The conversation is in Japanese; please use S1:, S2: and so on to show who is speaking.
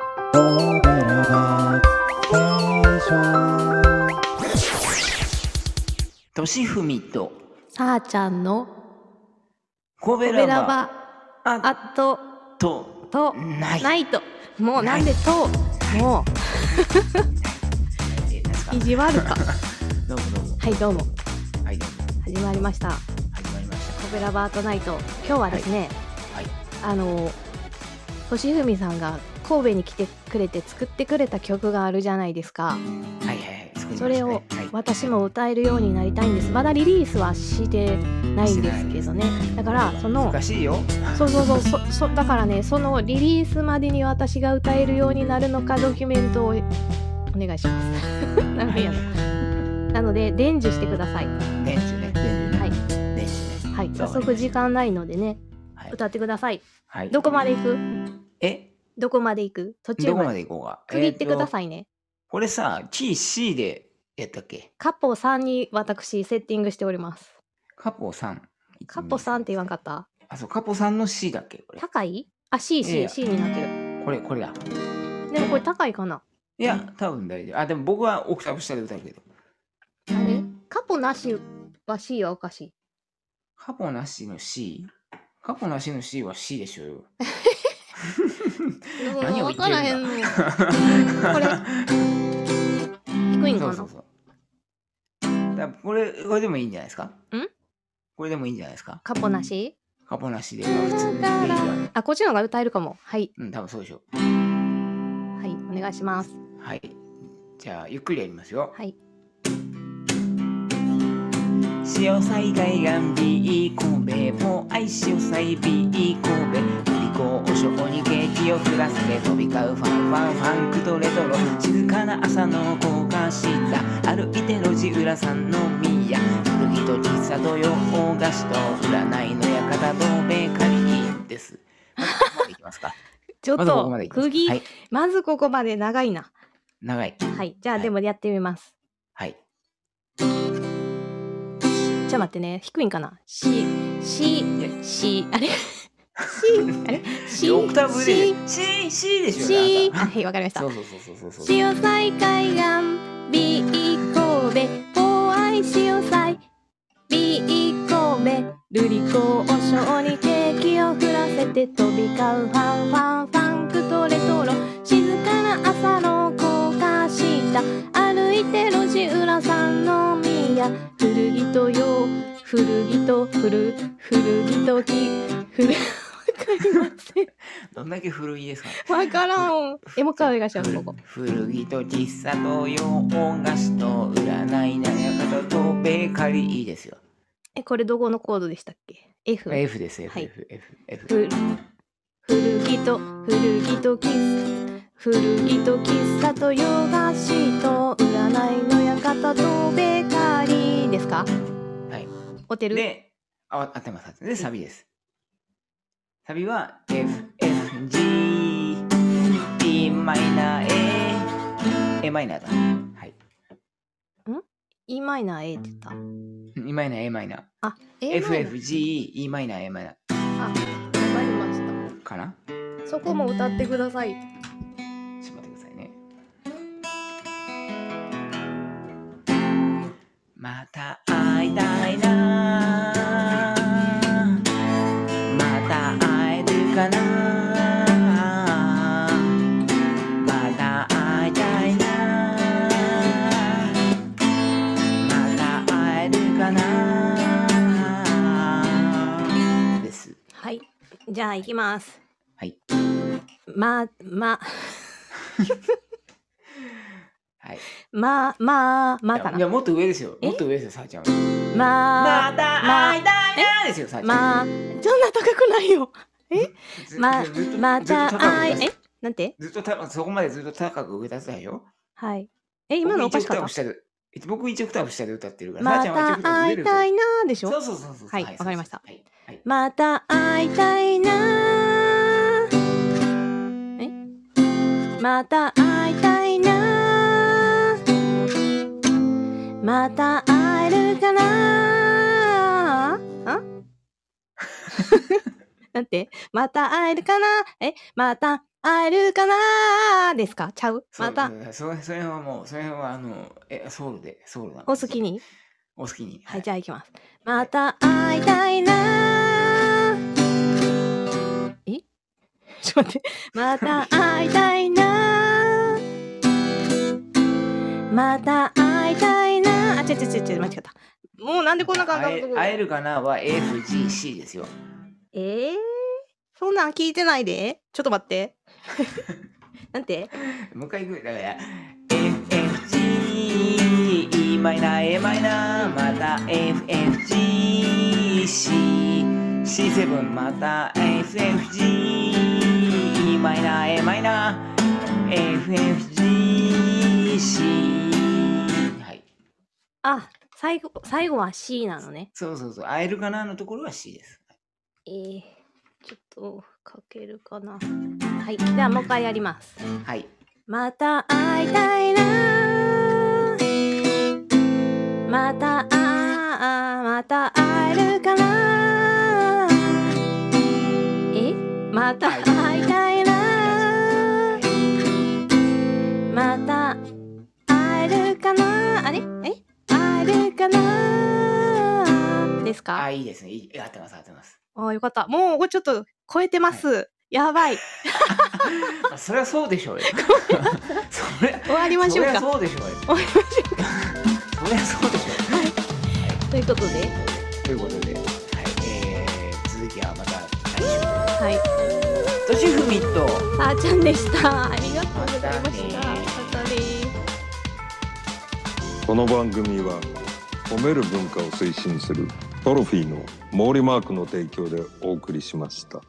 S1: のベラバステーション
S2: としふみと
S3: さあちゃんの
S2: コベ
S3: ベ
S2: ラ
S3: ラ
S2: バ
S3: バ
S2: あ
S3: あと
S2: と
S3: と
S2: ない
S3: ないともうなんでとも
S2: えーですか
S3: う意地悪 か
S2: どうもどうも
S3: はいどうも
S2: はいどうも
S3: 始まりました
S2: 始まりまし
S3: コベラバートナイト今日はですね、
S2: たはい
S3: あの星文さんが神戸に来てくれて作ってくれた曲があるじゃないですか
S2: はいはいはい作りましたね
S3: それを
S2: はい
S3: 私も歌えるようになりたいんですまだリリースはしてないんですけどねだからその
S2: 難しいよ
S3: そうそうそうそそだからねそのリリースまでに私が歌えるようになるのかドキュメントをお願いします なんか嫌だなので伝授してくださいは
S2: 年中ね年中
S3: い
S2: ね、年中ね
S3: はい、早速時間ないのでね
S2: はい
S3: 歌ってください
S2: はい
S3: どこまで行く
S2: え
S3: どこまで行く途中
S2: どこ
S3: ま
S2: ま
S3: で
S2: で行こうか
S3: 区切ってくださ
S2: い
S3: いね
S2: これさキー C でやったっけ
S3: カッポ3に私セッティングしております
S2: カポさん
S3: カッポ3って言わんかった
S2: あそうカポさんの C だっけこれ
S3: 高いあ C
S2: いやい
S3: C
S2: や
S3: C になってる
S2: これこれだ
S3: でもこれ高いかない
S2: や多分大丈夫あでも僕はオクターブ下で歌うけど
S3: あれカッポなしは C はおかしい
S2: カポなしの C? カポなしの C は C でしょうよ。何を言ってるんだ
S3: 分からへんのこれ低いん
S2: そう
S3: かな
S2: そうそう。だこれ、これでもいいんじゃないですかんこれでもいいんじゃないですか
S3: カポなし
S2: カポなしで、まあ普通にでいいじゃん。
S3: あこっちの方が歌えるかもはい
S2: うん、多分そうでしょ
S3: はいお願いします
S2: う。はい。じゃあ、ゆっくりやりますよ。
S3: はい
S2: 潮災害岸 B 神戸もう愛潮災 B 神戸飛び交渉に劇を降らせて飛び交うファンファンファンクとレトロ静かな朝の高架下歩いて路地裏三宮古着と喫茶と洋菓子と占いの館とベーカリーですまずここまでいきますか
S3: ちょっ
S2: まずこことまでいきます
S3: 釘、
S2: はい、
S3: まずここまで長いな
S2: 長い
S3: はいじゃあ
S2: はい
S3: でもやってみます、
S2: はい
S3: ちょっと待ってね低いんかな C C
S2: や
S3: C あれ C あれ C
S2: オクターブ
S3: C
S2: で C C でしょ
S3: C
S2: なん
S3: あ
S2: か
S3: はいわかりました
S2: そうそうそうそうそうそう
S3: 潮災海岸 B 神戸怖い潮災 B 神戸瑠璃光お賞にケーキを降らせて飛び交うファンファンファンクとレトロ静かな朝の高架下歩いて路地裏三宮古着とよ古着と古古着とき古わかりません
S2: どんだけ古いですか
S3: わからんえもう一回お願いしますここ
S2: 古着と喫茶と洋菓子と占いな館とベーカリーいいですよ。
S3: え、これどこのコードでしたっけ ?F。
S2: F です、F、
S3: はい
S2: F、F、F。
S3: ふ古着と古着と喫茶古着と喫茶と洋菓子と占いの館とベーカリーですか
S2: はい。
S3: ホテル
S2: で、あ、あってます、合ってます。で、サビです。サビは F、F、G、B マイナー、A、A マイナーだ。はい。
S3: E マイナー A って言った。
S2: E マイナー、A マイナー。
S3: あ、A マ
S2: F、
S3: イナー
S2: F、G、E マイナー、A マイナ
S3: あ、わかりまし
S2: ーかな
S3: た。そこも歌ってください。
S2: ちょっと待ってくださいね。また会いたいなまた会えるかなまた会いたいなまた会えるかなです。
S3: はい。じゃあ行きます。
S2: はい。
S3: ま、ま、
S2: はい。
S3: ま、ま、まか
S2: いや、
S3: な。
S2: もっと上ですよ。
S3: え
S2: もっと上ですよ、さあちゃんは。
S3: ま、
S2: また会いたいなですよ、さあちゃん。
S3: ま、そんな高くないよ。
S2: ず
S3: ま
S2: ずずっ、と
S3: ま
S2: ずっと高
S3: た
S2: く
S3: 会
S2: 出
S3: え、
S2: し
S3: えなんて
S2: ずっとたそこまでずっと高く歌ってたでしょ
S3: はい。え、今のおかしかった
S2: 僕一オクターブ下で僕1オクターブ下で歌ってるから、
S3: ま
S2: さあちゃんは一オ
S3: た
S2: クターブ
S3: 会
S2: 上
S3: い
S2: で
S3: た
S2: 歌
S3: いなーでし
S2: そう
S3: ょ
S2: そうそうそう。
S3: はい
S2: そう
S3: わかり
S2: そう
S3: ま
S2: そ
S3: し
S2: う
S3: た
S2: はい。はい
S3: また会いたいなーえまた会いたいなーまた会えるかな ーあなんてまた会えるかなえまたあるかなーですかちゃう
S2: そう
S3: また
S2: そそれはもうそれはあのえソウルでソウルなの
S3: お好きに
S2: お好きに
S3: はいじゃあ行きますまた会いたいなーえちょっと待ってまた会いたいなーまた会いたいなーあちょちょちょちょ間違ったもうなんでこんな感
S2: 会え
S3: 覚
S2: 会えるかなは FGC ですよ。
S3: えー、そんなん聞いてないでちょっと待って なんて
S2: もう一回行く。だから FFG、E マイナー、A マイナー、また FFG、C、C7、また FFG、E マイナー、A マイナー、FFG、C。はい。
S3: あ最後最後は C なのね
S2: そうそうそう。会えるかなのところは C です。
S3: えー、ちょっと書けるかなはいではもう一回やります
S2: はい。
S3: また会いたいなまたあまた会えるかなえまた会いたいなまた会えるかなあれえ会えるかなですか
S2: あ、いいですね。いい合ってます、合ってます。
S3: ああ、よかった。もうちょっと超えてます。やばい。
S2: まあそりゃそうでしょうよ。そりゃ
S3: 終わりましょう
S2: そりゃ
S3: か。
S2: そうでしょうよ。
S3: 終わりましょ
S2: そりゃそうでしょうよ。
S3: う。ということで、
S2: ということで、はいえー、続きはまた来
S3: はい。
S2: 週。としふみと。
S3: あーちゃんでした。ありがとうございました。
S2: またね
S3: またね
S4: この番組は褒める文化を推進するトロフィーの毛利マークの提供でお送りしました。